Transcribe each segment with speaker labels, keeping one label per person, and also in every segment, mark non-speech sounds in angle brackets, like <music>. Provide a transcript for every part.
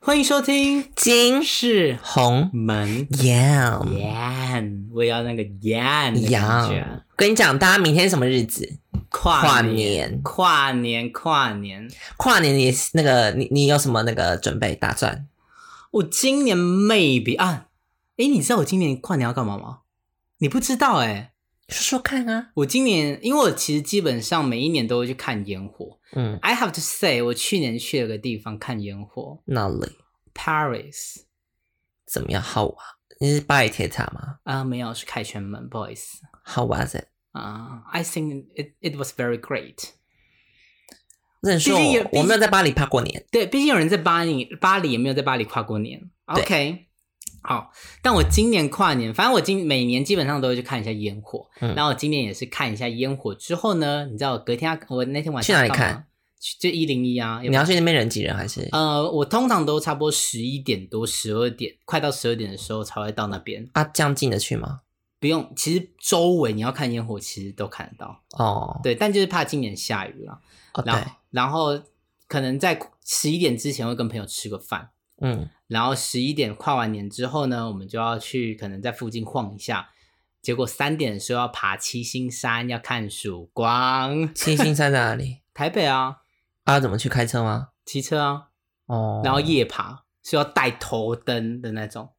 Speaker 1: 欢迎收听《
Speaker 2: 金
Speaker 1: 是
Speaker 2: 红
Speaker 1: 门
Speaker 2: yam
Speaker 1: 宴》，我也要那个宴的感觉
Speaker 2: yam，。跟你讲，大家明天什么日子？
Speaker 1: 跨
Speaker 2: 年
Speaker 1: 跨年，跨年！
Speaker 2: 跨年你那个你你有什么那个准备打算？
Speaker 1: 我哦今年 maybe 啊，诶，你知道我今年跨年要干嘛吗？你不知道诶，
Speaker 2: 说说看啊。
Speaker 1: 我今年因为我其实基本上每一年都会去看烟火。
Speaker 2: 嗯，
Speaker 1: I have to say，我去年去了个地方看烟火
Speaker 2: 那里
Speaker 1: ，Paris
Speaker 2: 怎么样？好玩？你是巴黎铁塔吗
Speaker 1: 啊、没有是凯旋门，不好意思
Speaker 2: ？How was it？
Speaker 1: 啊、I think it it was very great。
Speaker 2: 我只能说
Speaker 1: 毕竟也毕
Speaker 2: 哦我
Speaker 1: 竟
Speaker 2: 我没有在巴黎跨过年。
Speaker 1: 对，毕竟有人在巴黎，巴黎也没有在巴黎跨过年。
Speaker 2: 对
Speaker 1: OK，好，但我今年跨年，反正我今每年基本上都会去看一下烟火。
Speaker 2: 嗯
Speaker 1: 然后我今年也是看一下烟火之后呢，你知道我隔天要我那天晚上
Speaker 2: 去哪里
Speaker 1: 要干嘛
Speaker 2: 看？
Speaker 1: 去就一零一啊，
Speaker 2: 你要去那边人挤人还是？
Speaker 1: 呃，我通常都差不多十一点多、十二点，快到十二点的时候才会到那边。
Speaker 2: 啊，这样进得去吗？
Speaker 1: 不用，其实周围你要看烟火，其实都看得到。
Speaker 2: 哦，
Speaker 1: 对，但就是怕今年下雨了。
Speaker 2: 哦对
Speaker 1: 然，后，然后可能在十一点之前会跟朋友吃个饭，
Speaker 2: 嗯，
Speaker 1: 然后十一点跨完年之后呢，我们就要去可能在附近晃一下。结果三点的时候要爬七星山，要看曙光。
Speaker 2: 七星山在哪里？ <laughs>
Speaker 1: 台北啊，
Speaker 2: 啊，怎么去开车吗？
Speaker 1: 骑车啊，
Speaker 2: 哦，
Speaker 1: 然后夜爬是要带头灯的那种。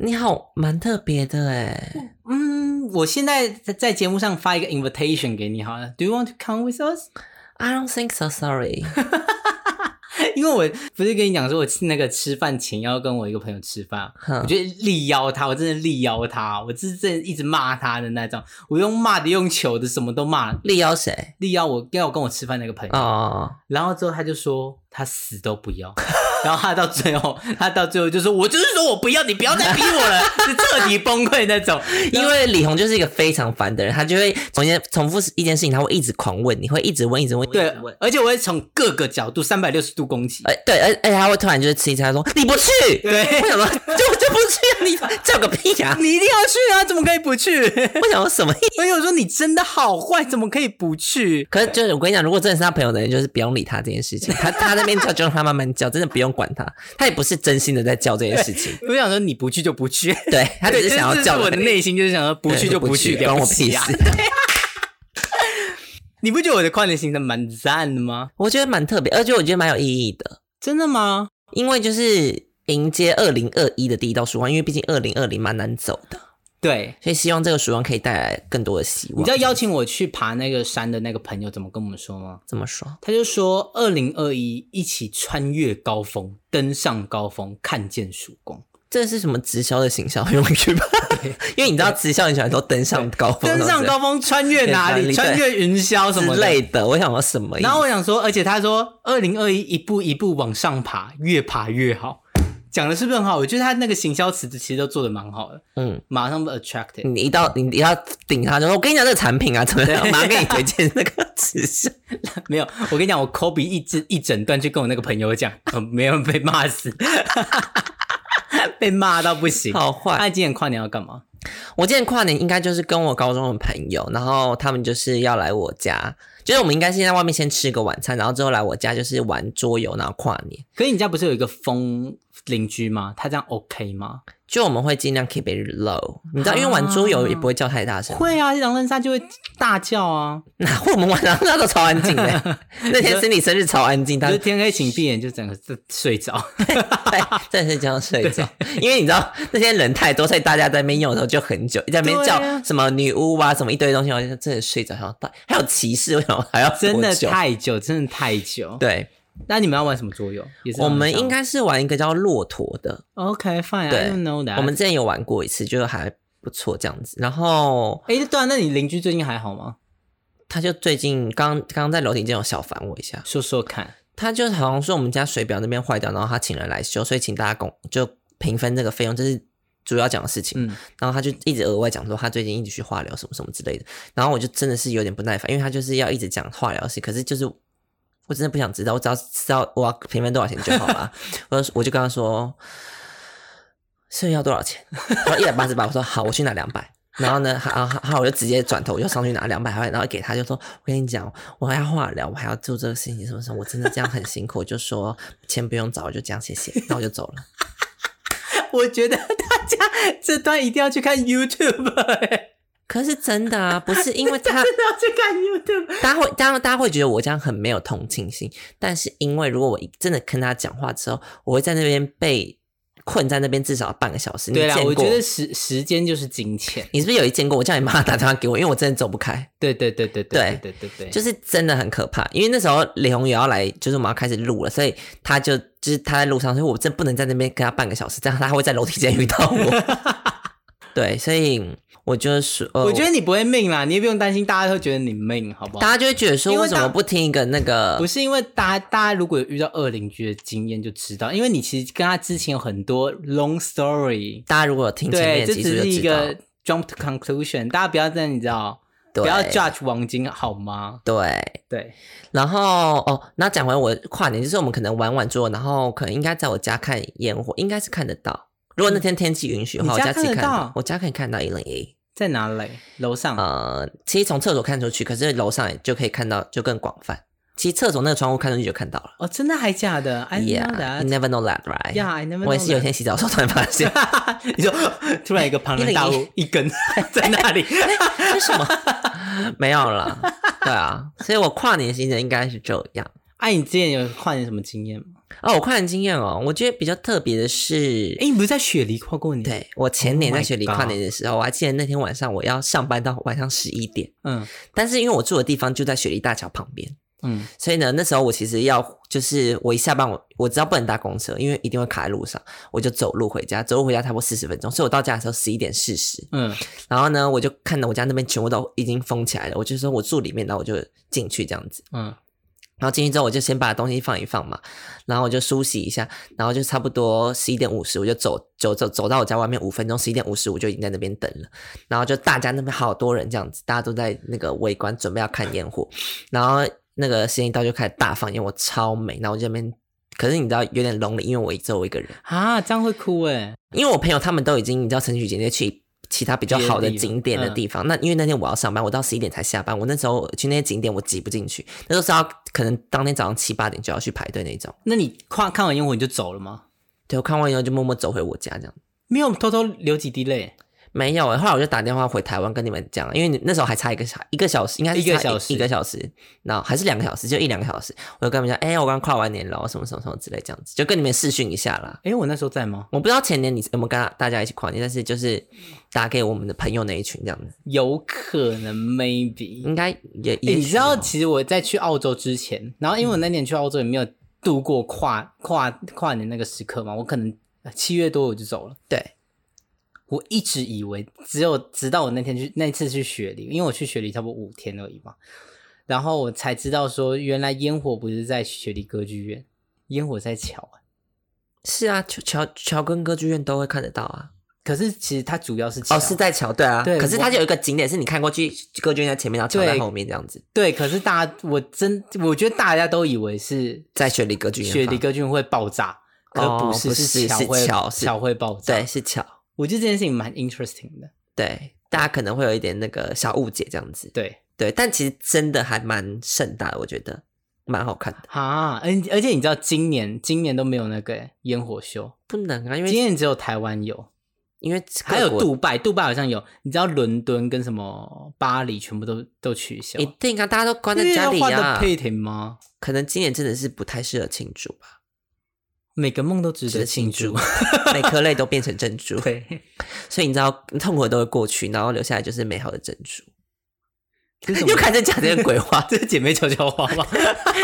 Speaker 2: 你好，蛮特别的哎。
Speaker 1: 嗯，我现在在在节目上发一个 invitation 给你好了。Do you want to come with us？ <laughs>
Speaker 2: I don't think so. Sorry.
Speaker 1: 因为我不是跟你讲说，我那个吃饭前要跟我一个朋友吃饭，
Speaker 2: 哼
Speaker 1: 我就力邀他，我真的力邀他，我是真的一直骂他的那种，我用骂的、用求的，什么都骂。
Speaker 2: 力邀谁？
Speaker 1: 力邀我要跟我吃饭那个朋友，
Speaker 2: 哦，
Speaker 1: 然后之后他就说他死都不要，然后他到最后，他到最后就说，我就是说我不要，你不要再逼我了，是彻底崩溃那种。
Speaker 2: 因为李红就是一个非常烦的人，他就会重新重复一件事情，他会一直狂问，你会一直问，一直问，
Speaker 1: 对
Speaker 2: 一直问，哎
Speaker 1: 而且我会从各个角度三百六十度攻击。
Speaker 2: 而对，而而且他会突然就是吃一次，他说你不去，
Speaker 1: <laughs> 对
Speaker 2: 为什么就就不去啊？你叫个屁呀、
Speaker 1: 你一定要去啊！怎么可以不去？ <laughs>
Speaker 2: 我想说什么意？
Speaker 1: 所以我说你真的好坏，怎么可以不去？
Speaker 2: 可是就是我跟你讲，如果真的是他朋友的人，就是不用理他这件事情。他他那边叫就让他慢慢叫，真的不用管他，他也不是真心的在叫这件事情。
Speaker 1: 我想说你不去就不去，
Speaker 2: 对他只是想要叫
Speaker 1: 对这是我的
Speaker 2: 你
Speaker 1: 内心就是想说不去就不去，
Speaker 2: 对关我
Speaker 1: 了不起
Speaker 2: 屁
Speaker 1: 啊！
Speaker 2: 事。
Speaker 1: <laughs> 你不觉得我的跨年行程蛮赞的吗？
Speaker 2: 我觉得蛮特别，而且我觉得蛮有意义的。
Speaker 1: 真的吗？
Speaker 2: 因为就是迎接二零二一的第一道曙光，因为毕竟二零二零蛮难走的，
Speaker 1: 对，
Speaker 2: 所以希望这个曙光可以带来更多的希望。
Speaker 1: 你知道邀请我去爬那个山的那个朋友怎么跟我们说吗？
Speaker 2: 怎么说？
Speaker 1: 他就说，二零二一一起穿越高峰，登上高峰，看见曙
Speaker 2: <laughs>
Speaker 1: 光，
Speaker 2: 这是什么直销的行销用语吧？ <laughs> 因为你知道直销很喜欢都登上高峰，
Speaker 1: 登上高峰，穿越哪里？
Speaker 2: <laughs> 对
Speaker 1: 穿越云霄什
Speaker 2: 之
Speaker 1: 么的
Speaker 2: 类的。我想说什么意思？
Speaker 1: 然后我想说，而且他说，二零二一一步一步往上爬，越爬越好，讲的是不是很好？我觉得他那个行销词其实都做的蛮好的，
Speaker 2: 嗯，
Speaker 1: 马上 attracted。
Speaker 2: 你一到你一到顶他就说，我跟你讲这个产品啊怎么样，马上给你推荐那个直
Speaker 1: <laughs>
Speaker 2: 销。
Speaker 1: <laughs> 没有，我跟你讲，我 copy 一整一整段去跟我那个朋友讲，呃没有被骂死， <laughs> 被骂到不行。
Speaker 2: 好坏
Speaker 1: 那今年跨年要干嘛？
Speaker 2: 我今年跨年应该就是跟我高中的朋友，然后他们就是要来我家，就是我们应该先在外面先吃个晚餐，然后之后来我家就是玩桌游，然后跨年。
Speaker 1: 可是你家不是有一个疯邻居吗？他这样 OK 吗？
Speaker 2: 就我们会尽量 keep it low，你知道，因为玩桌游也不会叫太大声，
Speaker 1: 啊会啊，狼人杀就会大叫啊，
Speaker 2: 哪会我们晚上那都超安静的。那天是你生日超安静，
Speaker 1: 就
Speaker 2: 但
Speaker 1: 是天黑请闭眼就整个睡着。
Speaker 2: <laughs> 真的是这样睡着，因为你知道那天人太多，所以大家在那边用的时候就很久，在那边
Speaker 1: 对啊
Speaker 2: 叫什么女巫啊，什么一堆东西，我就真的睡着，然后到底还有骑士，为什么还要
Speaker 1: 真的
Speaker 2: 多久
Speaker 1: 太久，真的太久。
Speaker 2: 对，
Speaker 1: 那你们要玩什么桌游？也是
Speaker 2: 我们
Speaker 1: 狼人杀
Speaker 2: 应该是玩一个叫骆驼的，
Speaker 1: OK fine。
Speaker 2: 对
Speaker 1: I don't know that。
Speaker 2: 我们之前有玩过一次，就是还不错这样子。然后
Speaker 1: 哎，对啊，那你邻居最近还好吗？
Speaker 2: 他就最近刚刚在楼顶间有小烦我一下，
Speaker 1: 说说看。
Speaker 2: 他就好像说我们家水表那边坏掉，然后他请人来修，所以请大家共就平分这个费用，这是主要讲的事情。
Speaker 1: 嗯，
Speaker 2: 然后他就一直额外讲说他最近一直去化疗什么什么之类的，然后我就真的是有点不耐烦，因为他就是要一直讲化疗的事，可是就是我真的不想知道，我只要知道我要平分多少钱就好了。 <laughs> 我就我就跟他说是要多少钱，他说一百八十八，我说好，我去拿两百，然后呢，好好好，我就直接转头我就上去拿两百块，然后给他就说，我跟你讲，我还要化疗，我还要做这个事情什么什么，我真的这样很辛苦，我就说钱不用找，我就这样谢谢，那我就走了。
Speaker 1: <laughs> 我觉得大家这段一定要去看 YouTube，哎
Speaker 2: <laughs> 可是真的啊，不是因为他，
Speaker 1: 真的要去看 YouTube。
Speaker 2: 大家会，当然大家会觉得我这样很没有同情心，但是因为如果我一真的跟他讲话之后，我会在那边被困在那边至少半个小时。你
Speaker 1: 对啦，
Speaker 2: 见
Speaker 1: 我
Speaker 2: 过
Speaker 1: 觉得时时间就是金钱。
Speaker 2: 你是不是有一见过？我叫你妈妈打电话给我，因为我真的走不开，
Speaker 1: 对对对对
Speaker 2: 对
Speaker 1: 对对对，
Speaker 2: 就是真的很可怕。因为那时候李宏也要来，就是我们要开始录了，所以他就就是他在路上，所以我真不能在那边跟他半个小时，这样他会在楼梯间遇到我。
Speaker 1: <laughs>
Speaker 2: 对，所以我就是说，呃
Speaker 1: 我觉得你不会命啦，你也不用担心，大家会觉得你命，好不好
Speaker 2: 大？呃家就会觉得说，
Speaker 1: 因为
Speaker 2: 为什么
Speaker 1: 大
Speaker 2: 不听一个那个
Speaker 1: 不是因为大家，大家如果有遇到恶邻居的经验就知道，因为你其实跟他之前有很多 long story，
Speaker 2: 大家如果有听前
Speaker 1: 对，
Speaker 2: 面
Speaker 1: 这
Speaker 2: 的集数
Speaker 1: 只
Speaker 2: 就是
Speaker 1: 一
Speaker 2: 知道，
Speaker 1: 个 jump to conclusion，大家不要这样，你知道，
Speaker 2: 对
Speaker 1: 不要 judge 王晶好吗？
Speaker 2: 对。
Speaker 1: 对，
Speaker 2: 然后哦，那讲回我跨年，就是我们可能玩完之后，然后可能应该在我家看烟火，应该是看得到。如果那天天气允许的
Speaker 1: 嗯
Speaker 2: 话，
Speaker 1: 你家
Speaker 2: 我家自己
Speaker 1: 看得
Speaker 2: 看
Speaker 1: 到
Speaker 2: 我家可以看到一零一。
Speaker 1: 在哪里？楼上。
Speaker 2: 呃，其实从厕所看出去，可是楼上也就可以看到，就更广泛。其实厕所那个窗户看出去就看到了。
Speaker 1: 哦，真的还假的？I didn't know
Speaker 2: Yeah,
Speaker 1: that.
Speaker 2: you never know that, right?
Speaker 1: Yeah, I never.
Speaker 2: 我也是有一天洗澡的时候突然发
Speaker 1: <laughs>
Speaker 2: 现，
Speaker 1: 天， <laughs> 你说突然一个庞然大物一根 <laughs> 在那
Speaker 2: <laughs>
Speaker 1: 里，
Speaker 2: 为哎什么没有啦？对啊，所以我跨年的行程应该是这样。
Speaker 1: 哎、你之前有跨年什么经验吗？
Speaker 2: 哦，我跨年经验哦，我觉得比较特别的是，
Speaker 1: 哎、你不是在雪梨跨过年？，
Speaker 2: 对我前年
Speaker 1: Oh my
Speaker 2: 在雪梨跨年的时候，我还记得那天晚上我要上班到晚上十一点，
Speaker 1: 嗯
Speaker 2: 但是因为我住的地方就在雪梨大桥旁边，
Speaker 1: 嗯
Speaker 2: 所以呢，那时候我其实要就是我一下班我我知道不能搭公车，因为一定会卡在路上，我就走路回家，走路回家差不多四十分钟，所以我到家的时候十一点四十，
Speaker 1: 嗯，
Speaker 2: 然后呢，我就看到我家那边全部都已经封起来了，我就说我住里面，然后我就进去这样子。
Speaker 1: 嗯，
Speaker 2: 然后进去之后，我就先把东西放一放嘛，然后我就梳洗一下，然后就差不多十一点五十，我就走走走走到我家外面五分钟，十一点五十我就已经在那边等了。然后就大家那边好多人这样子，大家都在那个围观，准备要看烟火。然后那个时间一到就开始大放烟火，超美。然后我就在那边，可是你知道有点 lonely，因为我只有我一个人，
Speaker 1: 啊，这样会哭哎、
Speaker 2: 因为我朋友他们都已经你知道，成群结队去。其他比较好
Speaker 1: 别
Speaker 2: 的
Speaker 1: 的地方
Speaker 2: 景点的
Speaker 1: 嗯
Speaker 2: 地方，那因为那天我要上班，我到十一点才下班。我那时候去那些景点，我挤不进去，那时候是要可能当天早上七八点就要去排队那种。
Speaker 1: 那你跨看完烟火你就走了吗？
Speaker 2: 对我看完以后就默默走回我家，这样
Speaker 1: 没有偷偷流几滴泪？
Speaker 2: 没有、欸。后来我就打电话回台湾跟你们讲，因为你那时候还差一个小一个小时，应该是
Speaker 1: 一个
Speaker 2: 差
Speaker 1: 小时
Speaker 2: 一个小时，然后还是两个小时，就一两个小时。我就跟他们讲，哎、我刚跨完年了，什么什么什么之类，这样子就跟你们试训一下啦。
Speaker 1: 哎、我那时候在吗？
Speaker 2: 我不知道前年你有没有跟大家一起跨年，但是就是打给我们的朋友那一群这样子，
Speaker 1: 有可能，maybe。
Speaker 2: 应该也、
Speaker 1: 欸
Speaker 2: 嗯也
Speaker 1: 你
Speaker 2: 许
Speaker 1: 知道，
Speaker 2: 哦
Speaker 1: 其实我在去澳洲之前，然后因为我那年去澳洲也没有度过跨跨跨年那个时刻嘛，我可能呃七月多我就走了。
Speaker 2: 对，
Speaker 1: 我一直以为只有直到我那天去那次去雪梨，因为我去雪梨差不多五天而已嘛，然后我才知道说原来烟火不是在雪梨歌剧院，烟火在桥啊。
Speaker 2: 是啊，乔乔乔根歌剧院都会看得到啊。
Speaker 1: 可是其实它主要是桥
Speaker 2: 哦，是在桥对啊，
Speaker 1: 对
Speaker 2: 可是
Speaker 1: 我
Speaker 2: 它就有一个景点是你看过去，歌剧院在前面，然后桥在
Speaker 1: 对
Speaker 2: 后面这样子，
Speaker 1: 对，可是大家我真我觉得大家都以为是
Speaker 2: 在雪梨歌剧院
Speaker 1: 雪
Speaker 2: 放
Speaker 1: 梨歌剧院会爆炸，
Speaker 2: 哦
Speaker 1: 可不是，
Speaker 2: 不是
Speaker 1: 桥
Speaker 2: 是
Speaker 1: 会
Speaker 2: 桥是
Speaker 1: 会爆炸。
Speaker 2: 对，是桥。
Speaker 1: 我觉得这件事情蛮 interesting 的。
Speaker 2: 对，大家可能会有一点那个小误解这样子。
Speaker 1: 对
Speaker 2: 对，但其实真的还蛮盛大的，我觉得蛮好看的。
Speaker 1: 啊，而而且你知道今年今年都没有那个欸烟火秀，
Speaker 2: 不能啊，因
Speaker 1: 今
Speaker 2: 为
Speaker 1: 年只有台湾有，
Speaker 2: 因为
Speaker 1: 还有
Speaker 2: 各国
Speaker 1: 杜拜，杜拜好像有。你知道伦敦跟什么巴黎全部都都取消
Speaker 2: 一，定啊，大家都关在
Speaker 1: 因为
Speaker 2: 家
Speaker 1: 要
Speaker 2: 里
Speaker 1: 画
Speaker 2: 啊
Speaker 1: 的，配停吗？
Speaker 2: 可能今年真的是不太适合庆祝吧，
Speaker 1: 每个梦都值
Speaker 2: 值
Speaker 1: 得
Speaker 2: 得
Speaker 1: 庆
Speaker 2: 庆
Speaker 1: 祝
Speaker 2: 祝。， <laughs> 每颗泪都变成珍珠，
Speaker 1: 对，
Speaker 2: 所以你知道痛苦都会过去，然后留下来就是美好的珍珠。
Speaker 1: 这
Speaker 2: <laughs>
Speaker 1: 是什么，
Speaker 2: 又开始讲这些鬼话
Speaker 1: <laughs> 这是姐妹悄悄话吗？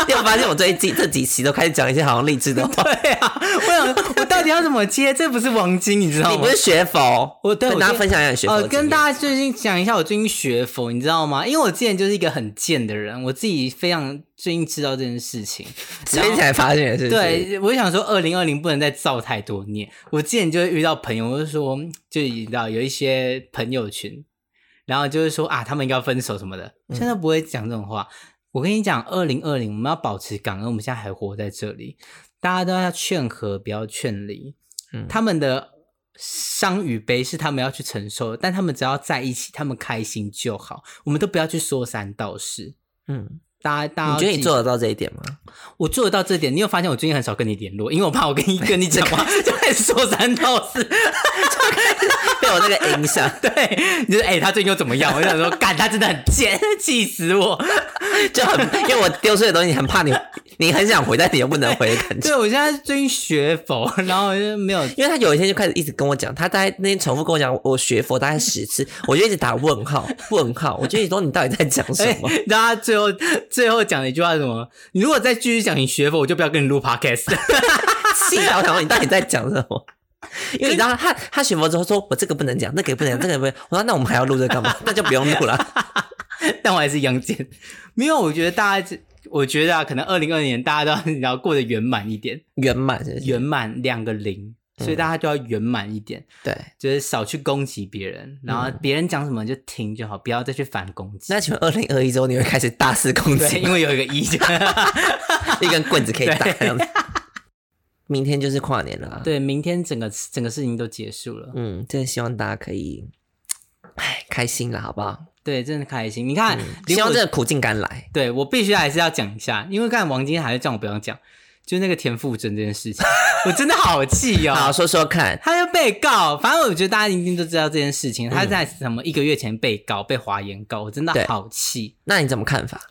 Speaker 2: 你有发现我最近这几期都开始讲一些好像励志的话？
Speaker 1: 对啊，我想我到底要怎么接？这不是王晶，你知道
Speaker 2: 你
Speaker 1: 吗
Speaker 2: 不？是学佛？
Speaker 1: 我对
Speaker 2: 跟
Speaker 1: 我
Speaker 2: 大家
Speaker 1: 是
Speaker 2: 分享一下你学佛
Speaker 1: 呃，
Speaker 2: 的经
Speaker 1: 跟
Speaker 2: 验。
Speaker 1: 大家最近讲一下我最近学佛，你知道吗？因为我之前就是一个很贱的人，我自己非常最近知道这件事情。
Speaker 2: 所以才发现的是不是，
Speaker 1: 对，我想说，二零二零不能再造太多孽。我之前就会遇到朋友，我就说，就你知道有一些朋友群，然后就是说啊，他们应该要分手什么的，现
Speaker 2: 嗯
Speaker 1: 在不会讲这种话。我跟你讲，二零二零我们要保持感恩，我们现在还活在这里，大家都要劝和，不要劝离。
Speaker 2: 嗯
Speaker 1: 他们的伤与悲是他们要去承受的，但他们只要在一起，他们开心就好，我们都不要去说三道四。
Speaker 2: 嗯，
Speaker 1: 大家，大家
Speaker 2: 你
Speaker 1: 要
Speaker 2: 觉得
Speaker 1: 记
Speaker 2: 你做得到这一点吗？ <laughs>
Speaker 1: 我做得到这点，你有发现我最近很少跟你联络，因为我怕我跟你跟你讲话就开始说三道四。
Speaker 2: 被我这个影响，
Speaker 1: 对，你就哎、欸他最近又怎么样？我就想说，干，他真的很贱，气死我！
Speaker 2: 就很因为我丢出的东西，很怕你，你很想回，但你又不能回的感觉。
Speaker 1: 对我现在最近学佛，然后我就没 <laughs> 有
Speaker 2: 因为他有一天就开始一直跟我讲，他大概那天重复跟我讲，我学佛大概十
Speaker 1: <laughs>
Speaker 2: 次，我就一直打问号问号，我就一直说你到底在讲什
Speaker 1: 哎，
Speaker 2: 么？
Speaker 1: 然后他最后最后讲了一句话是什么？你如果再继续讲你学佛，我就不要跟你录 podcast。 <laughs>
Speaker 2: 气到
Speaker 1: 啊
Speaker 2: 我想说你到底在讲什么？因为你知道他他学佛之后说，我这个不能讲，那个也不能讲，这个也不能。我说那我们还要录这干
Speaker 1: <laughs>
Speaker 2: 嘛？那就不用录了。
Speaker 1: 但我还是杨戬。没有，我觉得大家，我觉得啊，可能二零二年大家都要你 <laughs> 要过得圆满一点，
Speaker 2: 圆满是不是
Speaker 1: 圆满两个零，所以大家就要圆满一点，
Speaker 2: 对。
Speaker 1: 就是少去攻击别人，然
Speaker 2: 嗯
Speaker 1: 后别人讲什么就听就好，不要再去反攻击。
Speaker 2: 那请问二零二一之后你会开始大肆攻
Speaker 1: 对，
Speaker 2: 击
Speaker 1: 因
Speaker 2: 吗？
Speaker 1: 为有一个
Speaker 2: <laughs>
Speaker 1: 一，
Speaker 2: 一根棍子可以打
Speaker 1: 对 <laughs>
Speaker 2: 这样子。明天就是跨年了、啊，
Speaker 1: 对，明天整个整个事情都结束了。
Speaker 2: 嗯，真的希望大家可以，哎，开心了，好不好？
Speaker 1: 对，真的开心。你看，连
Speaker 2: 嗯希望
Speaker 1: 我
Speaker 2: 这个苦尽甘来。
Speaker 1: 对我必须还是要讲一下，因为刚才王晶还是叫我不要讲，就那个田馥甄这件事
Speaker 2: <laughs>
Speaker 1: 情，我真的好气
Speaker 2: 好，
Speaker 1: 哦。
Speaker 2: 说说看，
Speaker 1: 他就被告，反正我觉得大家一定都知道这件事情。他在什么一个月前被告，被华研告，我真的
Speaker 2: 嗯对
Speaker 1: 好气。
Speaker 2: 那你怎么看法？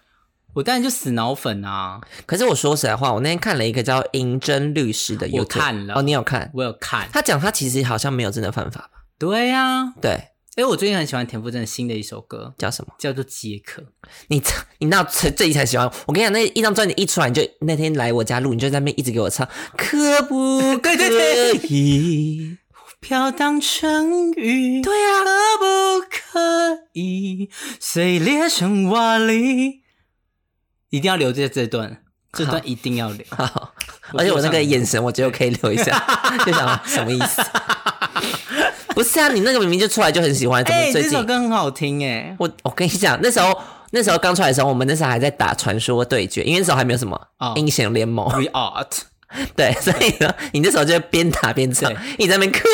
Speaker 1: 我当然就死脑粉啊，
Speaker 2: 可是我说实在话，我那天看了一个叫银针律师的 YouTube，
Speaker 1: 我看了
Speaker 2: 哦，你有看？
Speaker 1: 我有看。
Speaker 2: 他讲他其实好像没有真的犯法吧？
Speaker 1: 对啊，
Speaker 2: 对，
Speaker 1: 哎，我最近很喜欢田馥甄新的一首歌，
Speaker 2: 叫什么？
Speaker 1: 叫做《解渴》。
Speaker 2: 你 <laughs> 这你那这这一才喜欢。我跟你讲，那一张专辑一出来，你就那天来我家录，你就在那边一直给我唱，可不
Speaker 1: 对对
Speaker 2: 可
Speaker 1: 对
Speaker 2: 以？
Speaker 1: 飘荡成雨，对啊， <laughs> 可不可以碎裂成瓦砾？一定要留这这段，这段一定要留。
Speaker 2: 好，
Speaker 1: 我
Speaker 2: 而且我那
Speaker 1: 就
Speaker 2: 个
Speaker 1: 想
Speaker 2: 眼神，我觉得我可以留一
Speaker 1: <laughs>
Speaker 2: 下，就想什么意思？不是啊，你那个明明就出来就很喜欢，怎
Speaker 1: 哎、
Speaker 2: 么最
Speaker 1: 这
Speaker 2: 近？
Speaker 1: 首歌很好听哎、
Speaker 2: 我我跟你讲，那时候那时候刚出来的时候，我们那时候还在打传说对决，因为那时候还没有什么
Speaker 1: 哦
Speaker 2: 英雄联盟， <laughs>
Speaker 1: We Art，
Speaker 2: 对，所以呢，你那时候就边打边唱，你在那边磕，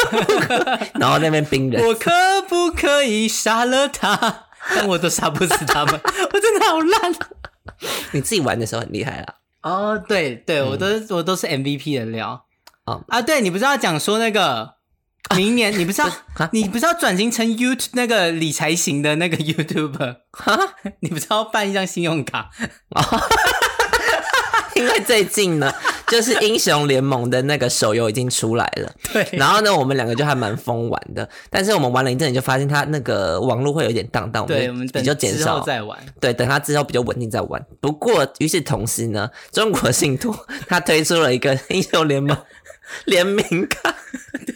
Speaker 2: 然后在那边
Speaker 1: <laughs>
Speaker 2: 冰人。
Speaker 1: 我可不可以杀了他？ <laughs> 但我都杀不死他们， <laughs> 我真的好烂
Speaker 2: 你自己玩的时候很厉害啊啦，
Speaker 1: 哦。对对，我都、我都是 MVP 的料
Speaker 2: 哦
Speaker 1: 啊。对你不是要讲说那个明年，你不是要、
Speaker 2: 啊
Speaker 1: <laughs> 你不是要转型成 YouTube 那个理财型的那个 YouTuber？
Speaker 2: 哈，
Speaker 1: 你不是要办一张信用 <laughs> 卡？
Speaker 2: <laughs> 因为最近呢，就是英雄联盟的那个手游已经出来了。
Speaker 1: <laughs> 对，
Speaker 2: 然后呢，我们两个就还蛮疯玩的，但是我们玩了一阵，你就发现它那个网络会有点荡荡，
Speaker 1: 对，我们
Speaker 2: 比
Speaker 1: 等
Speaker 2: 较减
Speaker 1: 之后
Speaker 2: 少。
Speaker 1: 再玩。
Speaker 2: 对，等它之后比较稳定再玩。不过，与此同时呢，中国信托它推出了一个英雄联盟联名
Speaker 1: <laughs>
Speaker 2: 卡，